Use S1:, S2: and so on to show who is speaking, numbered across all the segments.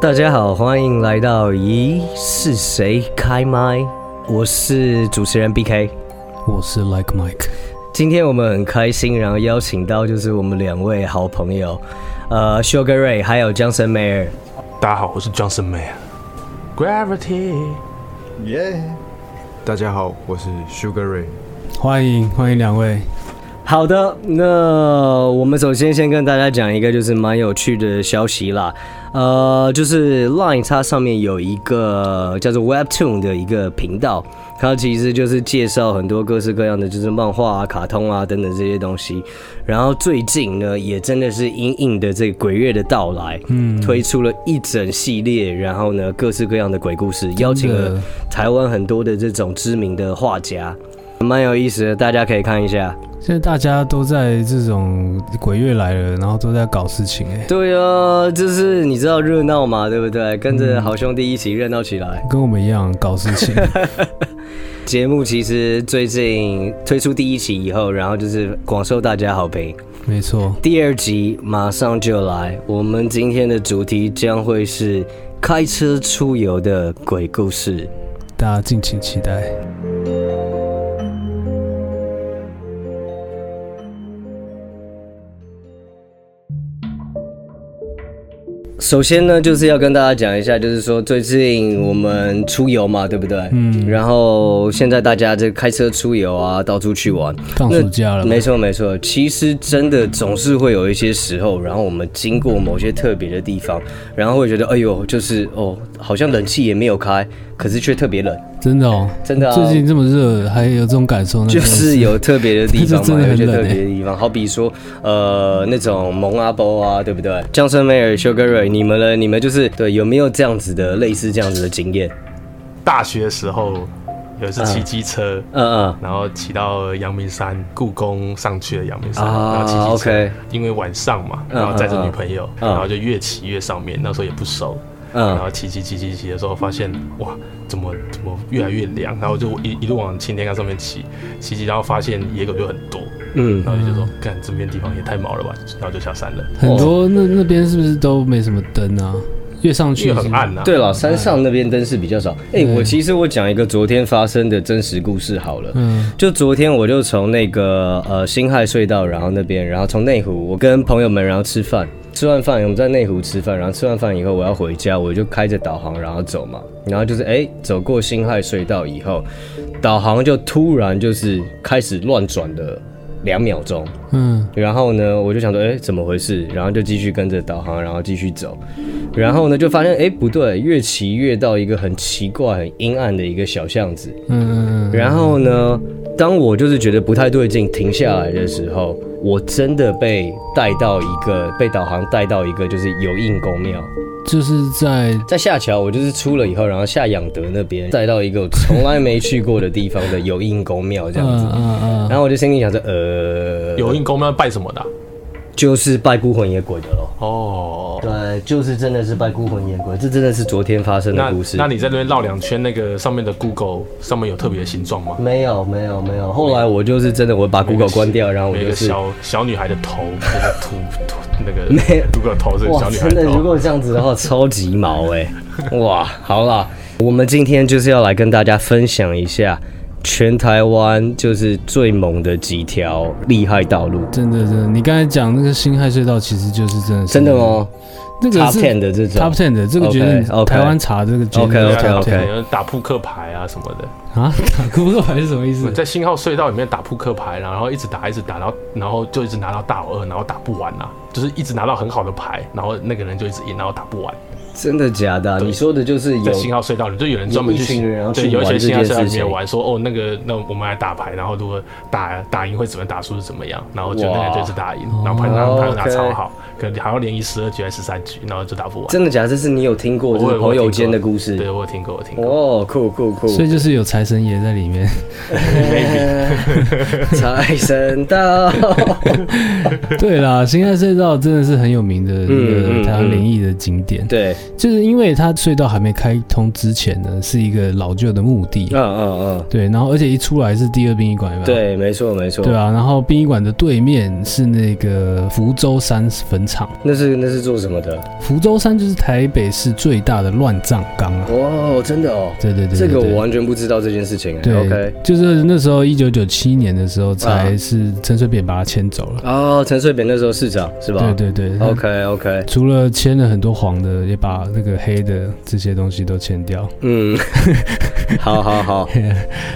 S1: 大家好，欢迎来到《咦是谁开麦》，我是主持人 BK。
S2: 我是 Like Mike，
S1: 今天我们很开心，然后邀请到就是我们两位好朋友，呃，Sugar Ray 还有 Johnson Mayer。
S3: 大家好，我是 Johnson May。Gravity，
S4: 耶！大家好，我是 Sugar Ray。
S2: 欢迎欢迎两位。
S1: 好的，那我们首先先跟大家讲一个就是蛮有趣的消息啦，呃，就是 Line 它上面有一个叫做 Webtoon 的一个频道，它其实就是介绍很多各式各样的就是漫画啊、卡通啊等等这些东西。然后最近呢，也真的是因应的这个鬼月的到来，嗯，推出了一整系列，然后呢各式各样的鬼故事，邀请了台湾很多的这种知名的画家，蛮有意思的，大家可以看一下。
S2: 现在大家都在这种鬼月来了，然后都在搞事情哎、
S1: 对啊，就是你知道热闹嘛，对不对？跟着好兄弟一起热闹起来。
S2: 跟我们一样搞 事情。
S1: 节目其实最近推出第一期以后，然后就是广受大家好评。
S2: 没错，
S1: 第二集马上就来，我们今天的主题将会是开车出游的鬼故事。
S2: 大家敬请期待。
S1: 首先呢，就是要跟大家讲一下，就是说最近我们出游嘛，对不对？嗯。然后现在大家这开车出游啊，到处去玩。
S2: 放暑假了嘛
S1: 没错没错，其实真的总是会有一些时候，然后我们经过某些特别的地方，然后会觉得，哎呦，就是哦，好像冷气也没有开，可是却特别 冷，
S2: 真的哦，
S1: 真的啊
S2: 最近这么热，还有这种感受，那
S1: 就
S2: 真的
S1: 是有特别的地方
S2: 这真
S1: 嘛，
S2: 的
S1: 有一些
S2: 很冷欸
S1: 特别的地方，好比说呃那种蒙阿波啊，对不对？江森梅尔、修格瑞，你们呢？你们就是对有没有这样子的类似这样子的经验？
S3: 大学时候有一次骑机车，
S1: 嗯嗯，
S3: 然后骑到阳明山故宫上去的阳明山，
S1: 啊
S3: 然后骑机车
S1: OK
S3: 因为晚上嘛，
S1: 嗯
S3: 然后载着
S1: 嗯
S3: 女朋友，
S1: 嗯
S3: 然后就越骑越上面，那时候也不熟。
S1: 嗯
S3: 然后骑骑骑骑骑的时候，发现哇，怎么怎么越来越凉，然后就一一路往擎天岗上面骑，骑骑，然后发现野狗就很多，
S1: 嗯，
S3: 然后就觉得说，干这边地方也太毛了吧，然后就下山了，
S2: 很多那那边是不是都没什么灯啊？越上去
S3: 因为很暗
S2: 啊。
S3: 呐、啊。
S1: 对了，山上那边灯是比较少。哎、我其实我讲一个昨天发生的真实故事好了。
S2: 嗯嗯，
S1: 就昨天我就从那个呃辛亥隧道，然后那边，然后从内湖，我跟朋友们然后吃饭，吃完饭我们在内湖吃饭，然后吃完饭以后我要回家，我就开着导航然后走嘛，然后就是哎、走过辛亥隧道以后，导航就突然就是开始乱转了两秒钟，
S2: 嗯，
S1: 然后呢，我就想说，哎，怎么回事？然后就继续跟着导航，然后继续走。然后呢，就发现，哎，不对，越骑越到一个很奇怪、很阴暗的一个小巷子。
S2: 嗯嗯嗯，
S1: 然后呢，当我就是觉得不太对劲，停下来的时候，我真的被带到一个被导航带到一个就是有印公庙，
S2: 就是在
S1: 在下桥。我就是出了以后，然后下养德那边带到一个我从来没去过的地方的有印公庙这样
S2: 嗯
S1: 子。
S2: 嗯嗯，
S1: 然后我就心里想着，呃，
S3: 有印公庙拜什么的啊、
S1: 就是拜孤魂野鬼的喽。
S3: 哦，
S1: 对，就是真的是拜孤魂野鬼，这真的是昨天发生的
S3: 那
S1: 故事。
S3: 那你在那边绕两圈，那个上面的 Google 上面有特别的形状吗？
S1: 没有没有没有，后来我就是真的我把 Google 关掉，然后我
S3: 有一
S1: 就
S3: 个
S1: 是
S3: 小小女孩的 头，那个秃秃那个
S1: 没有
S3: Google 头是个
S1: 哇，
S3: 小女孩
S1: 真的如
S3: 头。
S1: 果这样子的话，超级毛 哎、哇，好啦，我们今天就是要来跟大家分享一下全台湾就是最猛的几条厉害道路，
S2: 真的真的，你刚才讲那个辛亥隧道，其实就是真的是
S1: 真的？哦吗
S3: 嗯
S2: 那个
S1: ？Top
S2: 是
S1: ten 的这种
S2: Top Ten 的这个绝对
S1: OK，OK
S2: 台湾茶这个绝对
S1: OK，OK，OK
S2: Top
S3: 可
S2: Ten
S3: 能啊打扑克牌啊什么的，
S2: 啊， 打扑克牌是什么意思？
S3: 在信号隧道里面打扑克牌，然后一直打一直打，然后然后就一直拿到大老二，然后打不完啊，就是一直拿到很好的牌，然后那个人就一直赢，然后打不完。
S1: 真的假的啊、你说的就是有
S3: 在信号隧道里，就有人专门
S1: 有一群人然后
S3: 去，
S1: 去
S3: 对，有一
S1: 玩
S3: 些
S1: 这
S3: 信号
S1: 件
S3: 隧道
S1: 事
S3: 里面
S1: 情
S3: 玩，说哦，那个那我们来打牌，然后如果打打赢会怎么样，打输是怎么样，然后就那
S1: 哇
S3: 个就是打赢，然后牌拿牌拿
S1: OK
S3: 超好，可能还要连赢十二局还是十三局，然后就打不完。
S1: 真的假的？这是你有听过，
S3: 我有
S1: 就是朋
S3: 我有听
S1: 友
S3: 过
S1: 间的故事。
S3: 对我有听过，我有听过，
S1: 哦，酷酷酷！
S2: 所以就是有财神爷在里面，
S1: 财神到，
S2: 对啦，辛亥隧道真的是很有名的一
S1: 嗯嗯
S2: 个台湾灵异的景点。
S1: 对，
S2: 就是因为它隧道还没开通之前呢，是一个老旧的墓地，
S1: 嗯嗯嗯，
S2: 对，然后而且一出来是第二殡仪馆，有没有，
S1: 对，没错没错，
S2: 对啊，然后殡仪馆的对面是那个福州山坟场，
S1: 那是那是做什么的？
S2: 福州山就是台北市最大的乱葬岗啊，
S1: 哦，真的哦，
S2: 对对对
S1: 这
S2: 对
S1: 个
S2: 嗯对
S1: 我完全不知道这件事情。欸
S2: 对
S1: OK，
S2: 就是那时候一九九七年的时候，才
S1: 啊
S2: 是陈水扁把他牵走了。
S1: 哦，陈水扁那时候市长是嗯吧？
S2: 对对对
S1: OK OK，
S2: 除了牵了很多黄的，也把那个黑的这些东西都牵掉。
S1: 嗯，好好好，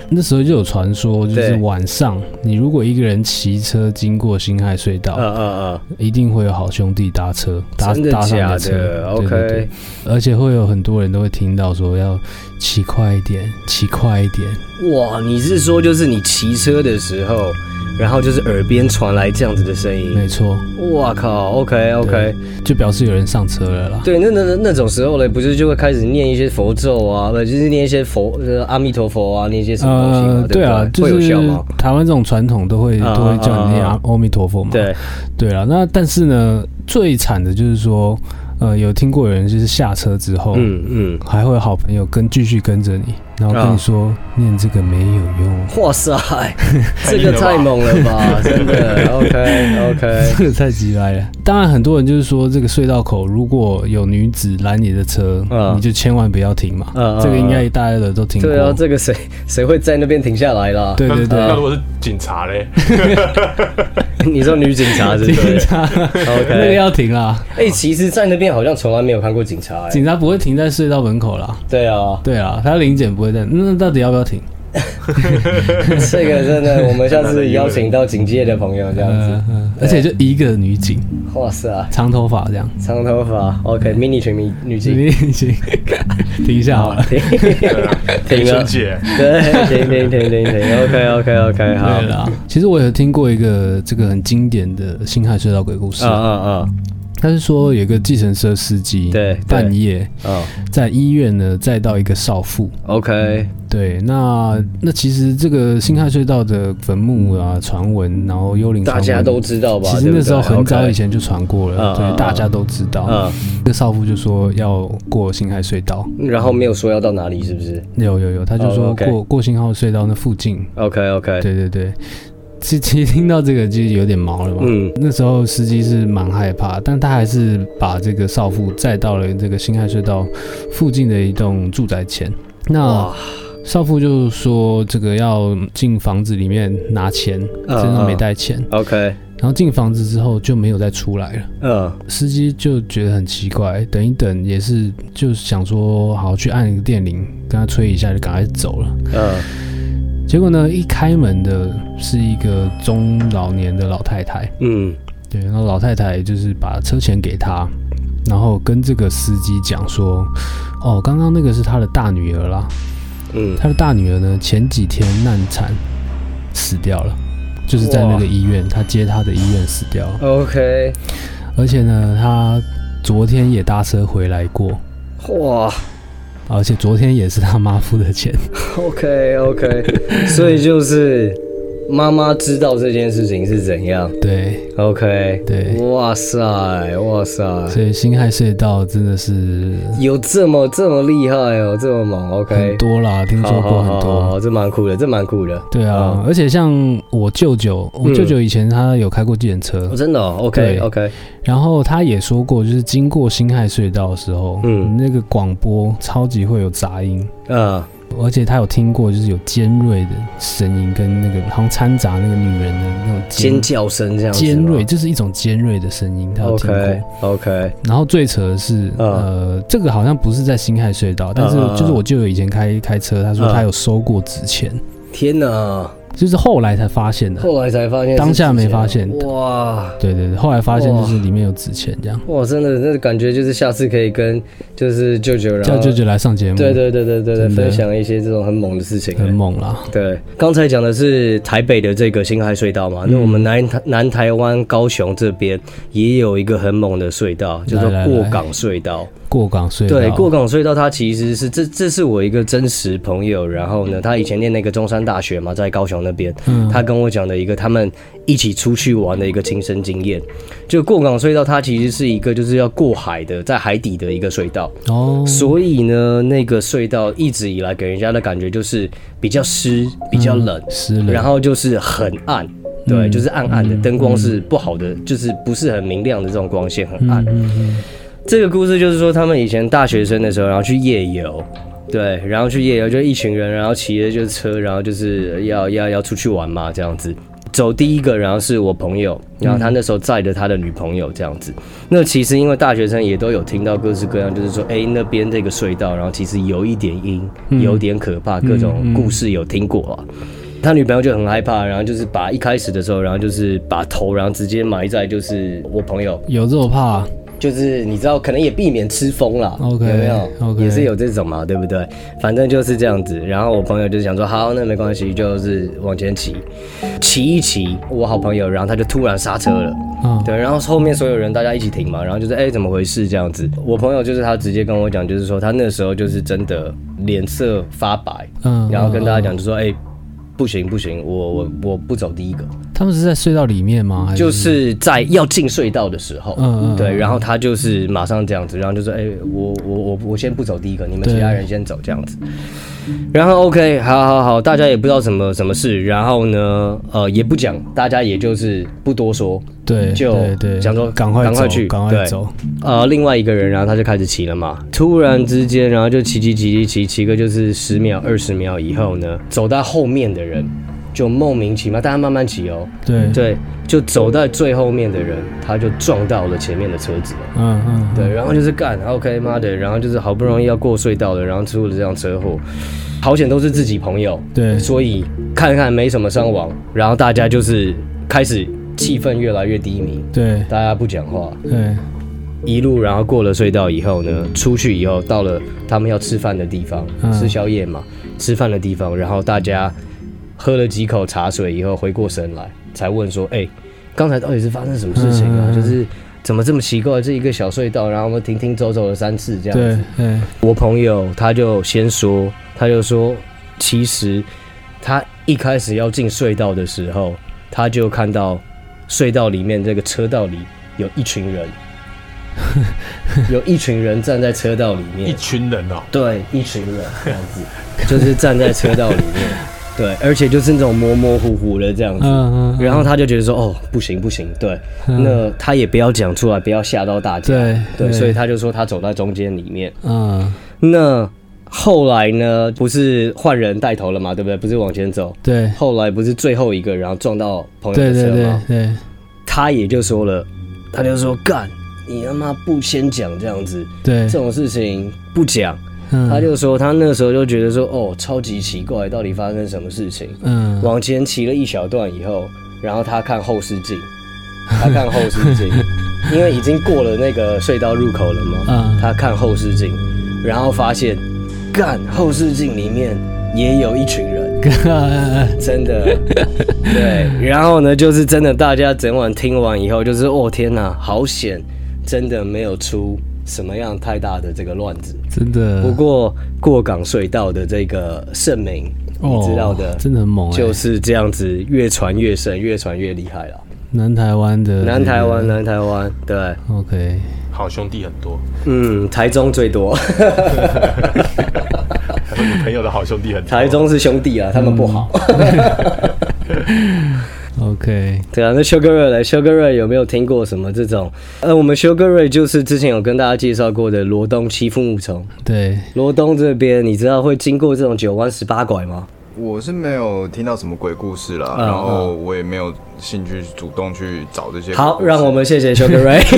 S2: 那时候就有传说，就是
S1: 对
S2: 晚上你如果一个人骑车经过辛亥隧道，
S1: 嗯嗯
S2: 一定会有好兄弟搭车搭
S1: 嗯，真的
S2: 搭上你
S1: 假
S2: 的车
S1: 的
S2: 对对对
S1: ？OK，
S2: 而且会有很多人都会听到说要骑快一点，骑快一点。
S1: 哇，你是说就是你骑车的时候，然后就是耳边传来这样子的声音？
S2: 没错，
S1: 哇靠，OK OK，
S2: 就表示有人上车了啦。
S1: 对，那那那那种时候嘞，不是就会开始念一些佛咒啊，不就是念一些佛呃阿弥陀佛啊，念一些什么东西嘛、
S2: 对啊，
S1: 不
S2: 就
S1: 对？会有效
S2: 是
S1: 吗？
S2: 台湾这种传统都会
S1: 啊
S2: 都会叫你念
S1: 啊
S2: 阿
S1: 啊
S2: 阿弥陀佛嘛。
S1: 对，
S2: 对啊，那但是呢，最惨的就是说，呃，有听过有人就是下车之后，
S1: 嗯嗯，
S2: 还会有好朋友跟继续跟着你，然后跟你说、念这个没有用，
S1: 哇塞，这个太猛了吧，真的，OK OK，
S2: 这个太鸡掰了。当然，很多人就是说，这个隧道口如果有女子拦你的车，
S1: 啊
S2: 你就千万不要停嘛。
S1: 嗯
S2: 这个应该大家的都听过。
S1: 对啊，这个谁谁会在那边停下来啦？
S2: 对
S3: 那
S2: 对
S3: 那
S2: 对，
S3: 如果是警察嘞，
S1: 你说女警察是不
S2: 警
S1: 是
S2: 察 那个
S1: ？OK，
S2: 要停啦，
S1: 哎、其实，在那边好像从来没有看过警察、哎，
S2: 警察不会停在隧道门口啦。
S1: 对 啊，
S2: 对啊，他临检不会在。那到底要不要停？
S1: 这个真的，我们下次邀请到警界的朋友这样子
S2: 嗯。嗯，而且就一个女警，
S1: 哇塞，
S2: 长头发这样。
S1: 长头发，OK，mini 全民女警。
S2: 停 停停，停一 下好了。
S1: 停
S3: 对啊，
S1: 停了
S3: 春姐，
S1: 对，停停停停停，OK OK OK，好
S2: 对，啦，其实我有听过一个这个很经典的辛亥隧道鬼故事，
S1: 啊啊啊，
S2: 他是说有一个计程车司机，
S1: 对对
S2: 半夜
S1: 嗯
S2: 在医院呢载到一个少妇。
S1: ，OK，
S2: 对，那那其实这个辛亥隧道的坟墓啊、传闻，然后幽灵传
S1: 大
S2: 闻，
S1: 家都知道吧？
S2: 其实
S1: 对不
S2: 那
S1: 对
S2: 时候很早
S1: OK
S2: 以前就传过了，
S1: 嗯嗯
S2: 对，
S1: 嗯
S2: 大家都知道。
S1: 嗯，
S2: 这个少妇就说要过辛亥隧道，
S1: 然后没有说要到哪里，是不是
S2: 有有有，她就
S1: 哦
S2: 说过、
S1: ，OK
S2: 过辛亥隧道那附近，
S1: ？OK OK，
S2: 对对对， 其其实听到这个就有点毛了嘛。
S1: 嗯
S2: 那时候司机是蛮害怕，但他还是把这个少妇载到了这个辛亥隧道附近的一栋住宅前。那
S1: 哇
S2: 少妇就说这个要进房子里面拿钱，
S1: 嗯
S2: 身上没带钱。
S1: ，OK，
S2: 然后进房子之后就没有再出来了。
S1: 嗯
S2: 司机就觉得很奇怪，等一等也是就想说好去按一个电铃，跟他催一下就赶快走了。
S1: 嗯
S2: 结果呢，一开门的是一个中老年的老太太，
S1: 嗯，
S2: 对，然后老太太就是把车钱给他，然后跟这个司机讲说，哦，刚刚那个是他的大女儿啦，
S1: 嗯，
S2: 他的大女儿呢前几天难产死掉了，就是在那
S1: 哇
S2: 个医院，他接他的医院死掉了，
S1: OK，
S2: 而且呢，他昨天也搭车回来过，
S1: 哇
S2: 而且昨天也是他妈付的钱，
S1: ，OK OK，所以就是妈妈知道这件事情是怎样
S2: 对
S1: ，OK，
S2: 对，
S1: 哇塞哇塞，
S2: 所以辛亥隧道真的是
S1: 有这么这么厉害哦，这么猛
S2: 很
S1: ，OK，
S2: 多啦，听
S1: 好
S2: 说
S1: 好
S2: 过很
S1: 好
S2: 多。
S1: 好，嗯这蛮酷的，这蛮酷的，
S2: 对啊，而且像我舅舅，我
S1: 嗯
S2: 舅舅以前他有开过计程车，
S1: 哦真的，OK
S2: 对
S1: OK，
S2: 然后他也说过，就是经过辛亥隧道的时候，嗯，
S1: 嗯
S2: 那个广播超级会有杂音，
S1: 嗯，
S2: 而且他有听过就是有尖锐的声音跟那个好像掺杂那个女人的那种
S1: 尖
S2: 尖
S1: 叫声这样子吗，
S2: 尖锐，就是一种尖锐的声音，他有听过。
S1: ，OK OK，
S2: 然后最扯的是，
S1: 嗯
S2: 呃，这个好像不是在辛亥隧道，但是
S1: 嗯嗯嗯
S2: 就是我舅舅以前开开车，他说
S1: 嗯
S2: 他有收过纸钱，
S1: 天哪，
S2: 就是后来才发现的。
S1: 后来才发现是之前，啊
S2: 当下没发现
S1: 哇。
S2: 对对对，后来发现
S1: 哦
S2: 就是里面有纸钱这样，
S1: 哇，真的，那感觉就是下次可以跟就是舅舅，然
S2: 叫
S1: 后
S2: 舅舅来上节目，
S1: 对，对对对对对，
S2: 真的
S1: 分享一些这种很猛的事情。啊
S2: 很猛啦。
S1: 对，刚才讲的是台北的这个辛亥隧道嘛，
S2: 嗯
S1: 那我们南南台湾高雄这边也有一个很猛的隧道，叫做
S2: 来来来
S1: 过港隧道。
S2: 过港隧道，
S1: 对，过港隧道它其实是这这是我一个真实朋友，然后呢，他以前念那个中山大学嘛，在高雄那边，
S2: 嗯
S1: 他跟我讲的一个他们一起出去玩的一个亲身经验。就过港隧道，它其实是一个就是要过海的，在海底的一个隧道，
S2: 哦，
S1: 所以呢，那个隧道一直以来给人家的感觉就是比较湿、比较冷，
S2: 嗯湿了，
S1: 然后就是很暗。对，
S2: 嗯
S1: 就是暗暗的，
S2: 嗯
S1: 灯光是不好的，就是不是很明亮的这种光线，很
S2: 嗯
S1: 暗。
S2: 嗯嗯
S1: 这个故事就是说，他们以前大学生的时候，然后去夜游，对，然后去夜游就一群人，然后骑着就是车，然后就是要要要出去玩嘛，这样子。走第一个，然后是我朋友，然后他那时候载着他的女朋友这样子。那其实因为大学生也都有听到各式各样，就是说，哎，那边这个隧道，然后其实有一点阴，有点可怕，各种故事有听过啊。他女朋友就很害怕，然后就是把一开始的时候，然后就是把头，然后直接埋在就是我朋友
S2: 有这种怕，
S1: 就是你知道，可能也避免吃风啦
S2: OK，
S1: 有没有
S2: OK
S1: 也是有这种嘛，对不对？反正就是这样子。然后我朋友就想说，好，那没关系，就是往前骑，骑一骑。我好朋友，然后他就突然刹车了，
S2: 嗯，
S1: 对，然后后面所有人大家一起停嘛，然后就是哎、怎么回事这样子。我朋友就是他直接跟我讲，就是说他那时候就是真的脸色发白，
S2: 嗯
S1: 然后跟大家讲就说，哎、不行不行，我我我不走第一个，
S2: 他们是在隧道里面吗？还
S1: 就是在要进隧道的时候，
S2: 嗯嗯
S1: 对，然后他就是马上这样子，然后就说：“哎、我我我我先不走第一个，你们
S2: 对
S1: 其他人先走这样子。”然后 OK，好好好，大家也不知道什么什么事，然后呢，呃，也不讲，大家也就是不多说。
S2: 对，
S1: 就
S2: 对对，
S1: 想说
S2: 赶快
S1: 赶快
S2: 走
S1: 去
S2: 赶快
S1: 对
S2: 走，
S1: 呃，另外一个人，然后他就开始骑了嘛，突然之间，然后就骑骑骑骑骑骑个就是十秒二十秒以后呢，走到后面的人就莫名其妙，大家慢慢骑哦，
S2: 对，
S1: 对，就走在最后面的人，他就撞到了前面的车子了。
S2: 嗯嗯，
S1: 对，然后就是干，OK，妈的，然后就是好不容易要过隧道了，然后出了这样车祸，好险都是自己朋友，
S2: 对
S1: 所以看看没什么伤亡，然后大家就是开始气氛越来越低迷，
S2: 对
S1: 大家不讲话，
S2: 对，
S1: 一路然后过了隧道以后呢，出去以后到了他们要吃饭的地方，
S2: 嗯
S1: 吃宵夜嘛，吃饭的地方，然后大家喝了几口茶水以后回过神来，才问说，哎、刚才到底是发生什么事情啊？
S2: 嗯嗯嗯
S1: 就是怎么这么奇怪？这一个小隧道，然后我们停停走走了三次这样子
S2: 对。对，
S1: 我朋友他就先说，他就说，其实他一开始要进隧道的时候，他就看到隧道里面这个车道里有一群人，有一群人站在车道里
S3: 一
S1: 面，
S3: 群人哦，
S1: 对，一群人这样子，就是站在车道里面，对，而且就是那种模模糊糊的这样子。
S2: 嗯嗯，
S1: 然后他就觉得说，哦，不行不行，对，
S2: 嗯
S1: 那他也不要讲出来，不要吓到大家，
S2: 对
S1: 对，所以他就说他走在中间里面，
S2: 嗯，
S1: 那后来呢？不是换人带头了嘛，对不对？不是往前走。
S2: 对
S1: 后来不是最后一个，然后撞到朋友
S2: 对
S1: 的车
S2: 对
S1: 吗？
S2: 对对，
S1: 他也就说了，他就说干，你他妈不先讲这样子，
S2: 对，
S1: 这种事情不讲。
S2: 嗯
S1: 他就说他那时候就觉得说，哦，超级奇怪，到底发生什么事情？
S2: 嗯，
S1: 往前骑了一小段以后，然后他看后视镜，他看后视 镜，因为已经过了那个隧道入口了嘛。
S2: 嗯
S1: 他看后视镜，然后发现，干后视镜里面也有一群人，真的，对。然后呢，就是真的，大家整晚听完以后，就是哦天哪，好险，真的没有出什么样太大的这个乱子。
S2: 真的，
S1: 不过过港隧道的这个盛名，
S2: 哦
S1: 你知道的，
S2: 真的很猛欸
S1: 就是这样子，越传越盛，越传越厉害了。
S2: 南台湾的
S1: 南台湾，
S2: 的
S1: 南台湾，对，
S2: ，OK，
S3: 好兄弟很多，
S1: 嗯，台中最多。
S3: 你朋友的好兄弟很多。
S1: 台 中是兄弟啊，他们不好。
S2: OK，
S1: 对啊，那修哥瑞嘞，修哥瑞有没有听过什么这种？呃，我们修哥瑞就是之前有跟大家介绍过的罗东七父母虫。
S2: 对，
S1: 罗东这边，你知道会经过这种九弯十八拐吗？
S4: 我是没有听到什么鬼故事啦，
S1: 嗯
S4: 然后我也没有兴趣主动去找这些鬼故事。
S1: 好，让我们谢谢修哥瑞。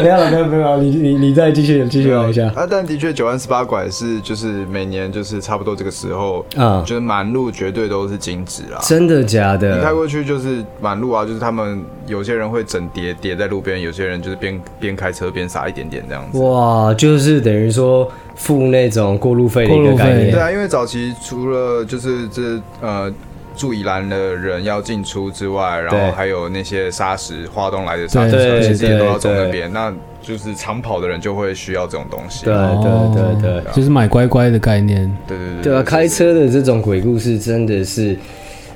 S1: 没有了，没有没有，你你你再继续继续聊一下。
S4: 啊，但的确九弯十八拐是就是每年就是差不多这个时候，
S1: 嗯
S4: 就是满路绝对都是金纸啦。
S1: 真的假
S4: 你开
S1: 的？
S4: 过去就是满路啊，就是他们有些人会整叠叠在路边，有些人就是边边开车边撒一点点这样子。
S1: 哇，就是等于说付那种过路费的一个概
S2: 过路费
S1: 念
S4: 对。啊，因为早期除了就是这呃驻宜兰的人要进出之外，然
S1: 对
S4: 后还有那些砂石、花东来的砂石
S1: 对
S4: 车，其实也都
S1: 对
S4: 要走那
S1: 对
S4: 边。那就是长跑的人就会需要这种东西。
S1: 对
S2: 哦
S1: 对对对
S2: 就是买乖乖的概念，
S4: 对对对
S1: 对啊，开
S4: 就是
S1: 车的这种鬼故事真的是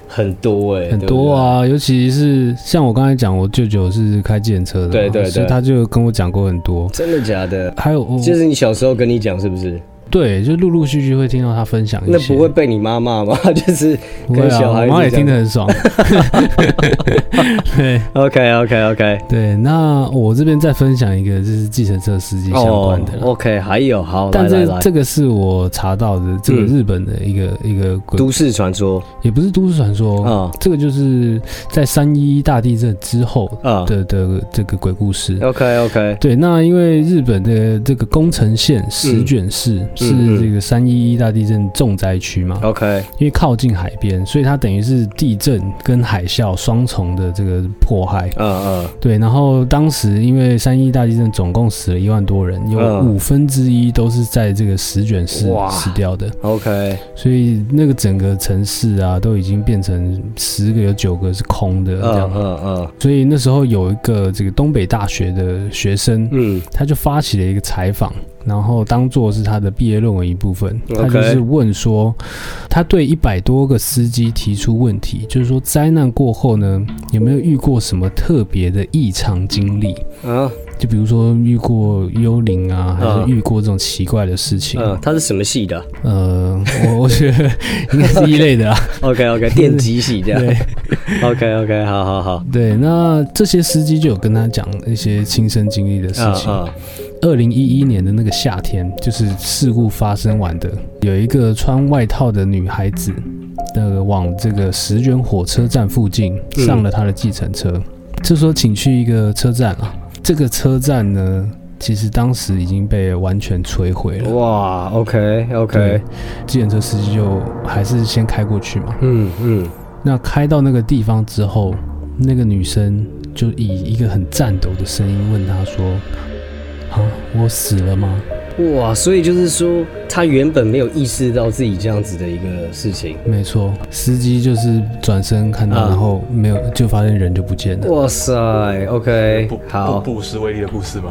S1: 很多哎、
S2: 很多啊，尤其是像我刚才讲，我舅舅是开计程车的嘛，
S1: 对对对
S2: 所以他就跟我讲过很多。
S1: 对不对，真的假的？
S2: 还有，我哦
S1: 就是你小时候跟你讲是不是？
S2: 对，就陆陆续续会听到他分享一些。
S1: 那不会被你妈骂吗？ 就是
S2: 不会
S1: 跟小
S2: 啊，
S1: 孩
S2: 我
S1: 子
S2: 妈也
S1: 讲
S2: 听得 很爽。对
S1: OK OK OK
S2: 对，那我这边再分享一个，就是计程车司机相关的啦。
S1: 哦 OK，还有好，
S2: 但
S1: 来哦来
S2: 这
S1: 来，
S2: 这个是我查到的，这个
S1: 嗯
S2: 日本的一个、一个鬼
S1: 都市传说
S2: 也不是都市传说，
S1: 啊
S2: 这个就是在三一一大地震之后
S1: 啊
S2: 的的这个鬼故事。
S1: ，OK OK，
S2: 对，那因为日本的这个宫城县石卷市、
S1: 嗯哦
S2: 是这个三一一大地震重灾区嘛，
S1: OK，
S2: 因为靠近海边，所以它等于是地震跟海啸双重的这个迫害。
S1: 嗯嗯，
S2: 对，然后当时因为三一大地震总共死了一万多人，有
S1: 嗯
S2: 五分之一都是在这个石卷市
S1: 哇
S2: 死掉的，
S1: OK，
S2: 所以那个整个城市啊都已经变成十个有九个是空的
S1: 嗯
S2: 这样。
S1: 嗯嗯
S2: 所以那时候有一个这个东北大学的学生，
S1: 嗯
S2: 他就发起了一个采访，然后当做是他的毕业论文一部分。
S1: OK
S2: 他就是问说，他对一百多个司机提出问题，就是说灾难过后呢，有没有遇过什么特别的异常经历？
S1: 嗯
S2: 就比如说遇过幽灵啊，还
S1: 嗯
S2: 是遇过这种奇怪的事情？
S1: 嗯，他是什么系 的嗯
S2: 呃，我我觉得应该是一类的啊。
S1: ？OK OK，电机系这 样。
S2: 对
S1: OK OK，好好好，
S2: 对，那这些司机就有跟他讲一些亲身经历的事
S1: 嗯
S2: 情。
S1: 嗯
S2: 二零一一年的那个夏天，就是事故发生完的，有一个穿外套的女孩子，呃，往这个石卷火车站附近
S1: 嗯
S2: 上了她的计程车。这时候请去一个车站啊，这个车站呢，其实当时已经被完全摧毁了。
S1: 哇，OK OK，
S2: 对，计程车司机就还是先开过去嘛。
S1: 嗯嗯，
S2: 那开到那个地方之后，那个女生就以一个很颤抖的声音问他说：“啊，我死了吗？”
S1: 哇，所以就是说，他原本没有意识到自己这样子的一个事情。
S2: 没错，司机就是转身看到，
S1: 啊
S2: 然后没有就发现人就不见了。
S1: 哇塞，OK，
S3: 不不
S1: 好，
S3: 不失威力的故事吗？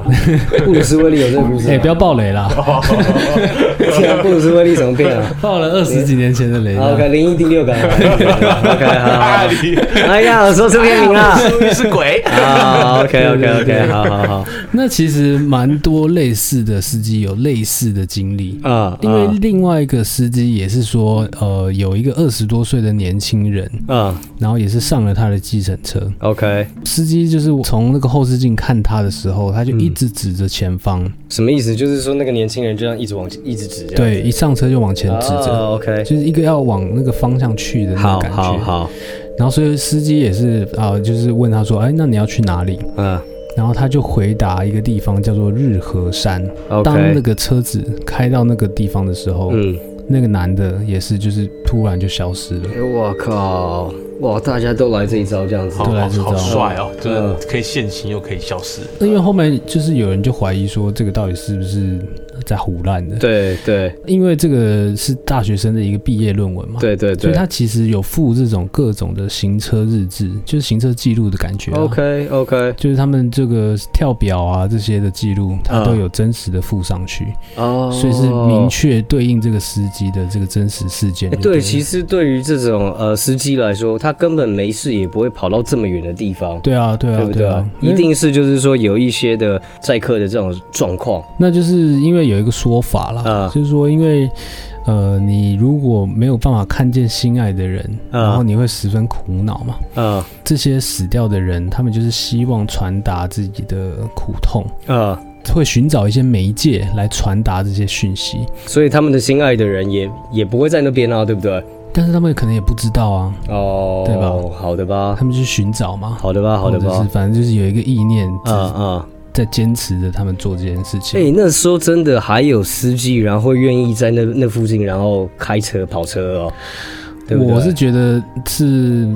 S1: 布鲁斯威利有这个故事
S2: 哎、
S1: 吗
S2: 不？要爆雷啦！
S1: 天 啊布鲁斯威利什么病啊
S2: 爆了二十几年前的雷
S1: 好？OK，
S2: 了。
S1: 零一第六感。OK，好好
S3: 阿
S1: 好。
S3: 里
S1: 哎呀，我说出片名 了。
S3: 是鬼。
S1: 啊，OK，OK，OK，好好好。
S2: 那其实蛮多类似的司机有类似的经历，
S1: 啊，
S2: 因为另外一个司机也是说，呃，有一个二十多岁的年轻人，
S1: 啊
S2: 然后也是上了他的计程车，
S1: ，OK，
S2: 司机就是从那个后视镜看他的时候，他就一直指着前方，
S1: 什么意思？就是说那个年轻人就这样一直往一直指这样。
S2: 对，一上车就往前指着。
S1: 哦，OK，
S2: 就是一个要往那个方向去的那
S1: 好
S2: 种感觉，
S1: 好好，
S2: 然后所以司机也是啊、呃就是问他说：“哎，那你要去哪里
S1: 嗯？”
S2: 然后他就回答一个地方叫做日和山。当那
S1: ，OK，
S2: 个车子开到那个地方的时候，
S1: 嗯。
S2: 那个男的也是就是突然就消失了。
S1: 哎，我靠！哇，大家都来这一招，这样子
S3: 好
S2: 对
S3: 好
S2: 来自这
S3: 好
S2: 样
S3: 帅哦，
S1: 嗯
S3: 就是可以现形又可以消失。
S2: 那因为后面就是有人就怀疑说这个到底是不是在胡乱的？，
S1: 对对
S2: 因为这个是大学生的一个毕业论文嘛。。
S1: 对对
S2: 所
S1: 对
S2: 以他其实有附这种各种的行车日志，就是行车记录的感觉啊、
S1: ，OK OK，
S2: 就是他们这个跳表啊这些的记录，它
S1: 嗯
S2: 都有真实的附上去，
S1: 哦，
S2: 所以是明
S1: 确。
S2: 确对应这个司机的这个真实事件就了。
S1: 哎对，其实对于这种呃司机来说，他根本没事也不会跑到这么远的地方，
S2: 对啊，对啊
S1: 不，
S2: 对啊
S1: 啊，一定是就是说有一些的载客的这种状况，
S2: 那就是因为有一个说法啦，
S1: 嗯
S2: 就是说因为。呃，你如果没有办法看见心爱的人，
S1: 嗯
S2: 然后你会十分苦恼嘛？
S1: 啊
S2: 这些死掉的人，他们就是希望传达自己的苦痛，
S1: 啊，
S2: 会寻找一些媒介来传达这些讯息，
S1: 所以他们的心爱的人也也不会在那边啊，对不对？
S2: 但是他们可能也不知道啊，
S1: 哦，
S2: 对吧？
S1: 好的吧
S2: 他，们去寻找嘛。
S1: 好的吧，啊好的
S2: 或者
S1: 吧
S2: 是，反正就是有一个意念，
S1: 啊啊。
S2: 在坚持着他们做这件事情。
S1: 哎、那时候真的还有司机，然后会愿意在那那附近，然后开车跑车哦，对不对？
S2: 我是觉得是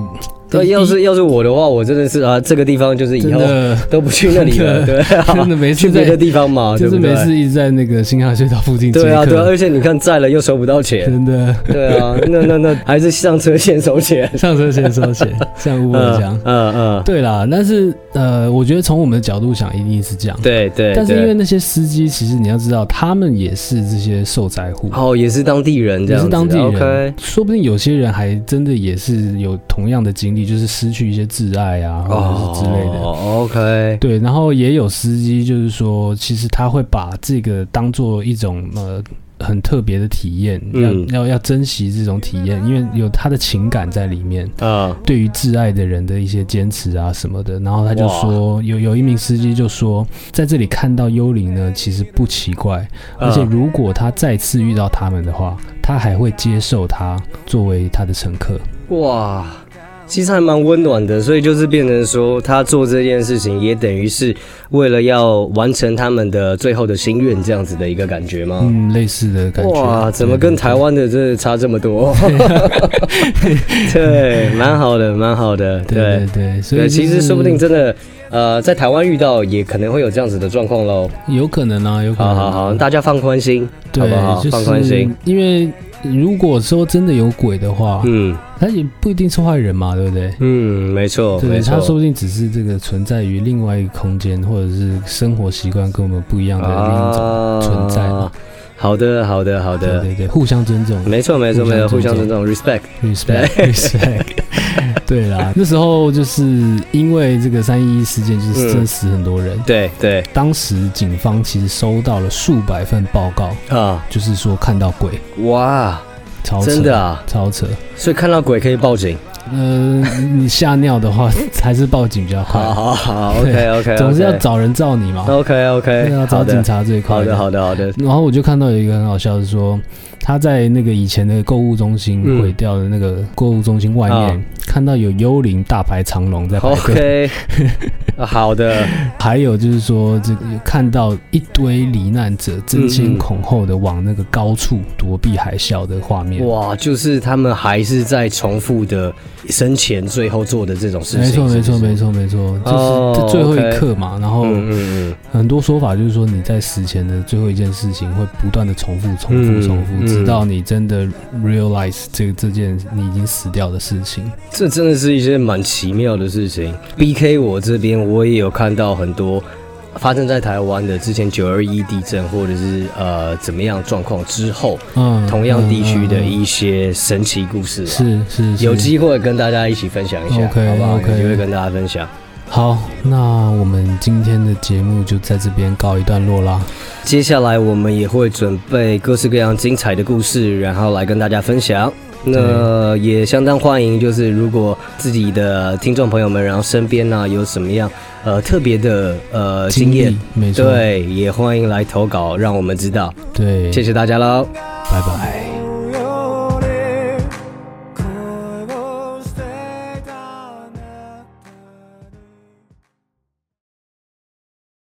S1: 对，要是要是我的话，我真的是啊，这个地方就是以
S2: 真
S1: 后
S2: 的
S1: 都不去那里了，
S2: 真
S1: 对
S2: 的
S1: 啊，
S2: 真的没事
S1: 去别
S2: 在
S1: 的地方嘛，
S2: 就是
S1: 对不
S2: 每次
S1: 对？
S2: 一直在那个新航隧道附近接
S1: 对啊，对啊，哎
S2: 客，
S1: 而且你看在了又收不到钱，
S2: 真的
S1: 对啊，那那那还是上车先收 钱，
S2: 上车先 收钱，像乌尔
S1: 嗯
S2: 讲。
S1: 嗯嗯，
S2: 对啦，但是呃，我觉得从我们的角度想，一定是这样。
S1: 对对，
S2: 但是
S1: 对
S2: 因为那些司机，其实你要知道，他们也是这些受灾户，
S1: 哦也是当地人这样
S2: 也是
S1: 子，
S2: 当地人
S1: OK，
S2: 说不定有些人还真的也是有同样的经历，就是失去一些挚爱啊，或者是之类的。
S1: 哦，OK，
S2: 对，然后也有司机，就是说，其实他会把这个当做一种呃很特别的体验，
S1: 嗯
S2: 要要要珍惜这种体验，因为有他的情感在里面。
S1: 啊，
S2: 对于挚爱的人的一些坚持啊什么的。然后他就
S1: 哇
S2: 说，有有一名司机就说，在这里看到幽灵呢，其实不奇怪，而且
S1: 嗯
S2: 如果他再次遇到他们的话，他还会接受他作为他的乘客。
S1: 哇，其实还蛮温暖的，所以就是变成说，他做这件事情也等于是为了要完成他们的最后的心愿，这样子的一个感觉吗？
S2: 嗯，类似的感觉。
S1: 哇，怎么跟台湾的真的差这么 多？对，蛮好的，蛮好的，
S2: 对？对
S1: 对
S2: 对。对，所以
S1: 对，
S2: 就
S1: 其实
S2: 是
S1: 说不定真的，呃，在台湾遇到也可能会有这样子的状况喽。
S2: 有可能啊，有可
S1: 好
S2: 能。
S1: 好好，大家放宽心，好
S2: 对，
S1: 不好？
S2: 就
S1: 放宽
S2: 是
S1: 心，
S2: 因为如果说真的有鬼的话，
S1: 嗯
S2: 他也不一定是坏人嘛，对不对？
S1: 嗯，没错，
S2: 对，
S1: 没
S2: 他
S1: 错。
S2: 说不定只是这个存在于另外一个空间，或者是生活习惯跟我们不一样的另一种。
S1: 啊
S2: 存在嘛
S1: 好的，好的，好
S2: 对
S1: 的，
S2: 对对，互相尊重
S1: 没错，没错，
S2: 互
S1: 没
S2: 相
S1: 错，互
S2: 尊
S1: 相
S2: 重
S1: 尊重，respect。
S2: ，respect，respect。对啦，那时候就是因为这个三一一事件，就是真的死很多人。
S1: 对对
S2: 当时警方其实收到了数百份报告，
S1: 啊，
S2: 就是说看到鬼，
S1: 哇，
S2: 超扯，
S1: 真的啊，
S2: 超扯。
S1: 所以看到鬼可以报警。
S2: 呃，你吓尿的话还是报警比较
S1: 好
S2: 快，
S1: 好好，OK OK，
S2: 总是要找人罩你嘛，
S1: OK
S2: 对
S1: OK，
S2: 啊，找
S1: 好
S2: 警
S1: 的，
S2: 察最快。
S1: 好的，好的，好的，
S2: 然后我就看到有一个很好笑的是说，他在那个以前的购物中心
S1: 嗯
S2: 毁掉的那个购物中心外面，
S1: 啊
S2: 看到有幽灵大排长龙在排队
S1: OK，啊好的，
S2: 还有就是说这个有看到一堆罹难者争先恐后的往那个高处躲避海啸的画面。
S1: 哇，就是他们还是在重复的生前最后做的这种事
S2: 没
S1: 情，
S2: 错，没
S1: 是不
S2: 错，
S1: 是
S2: 没，错，没错，
S1: 哦
S2: 就是这最后
S1: OK
S2: 一刻嘛。然后
S1: 嗯嗯
S2: 很多说法就是说，你在死前的最后一件事情会不断的重复、重
S1: 嗯
S2: 复、重复，
S1: 嗯
S2: 直到你真的 realize 这个这件你已经死掉的事情。
S1: 嗯，这真的是一件蛮奇妙的事情。BK 我这边我也有看到很多。发生在台湾的之前九二一地震，或者是呃怎么样状况之后，
S2: 嗯，
S1: 同样地区的
S2: 嗯嗯
S1: 一些神奇故事、啊，
S2: 是是是
S1: 有机会跟大家一起分享一下
S2: OK，
S1: 好不好
S2: OK
S1: 有机会跟大家分享。
S2: 好，那我们今天的节目就在这边告一段落啦。
S1: 接下来我们也会准备各式各样精彩的故事，然后来跟大家分享。那也相当欢迎，就是如果自己的听众朋友们，然后身边呢、有什么样呃特别的呃经验
S2: 历，没错，
S1: 对，也欢迎来投稿，让我们知道。
S2: 对，
S1: 谢谢大家喽。
S2: 拜拜。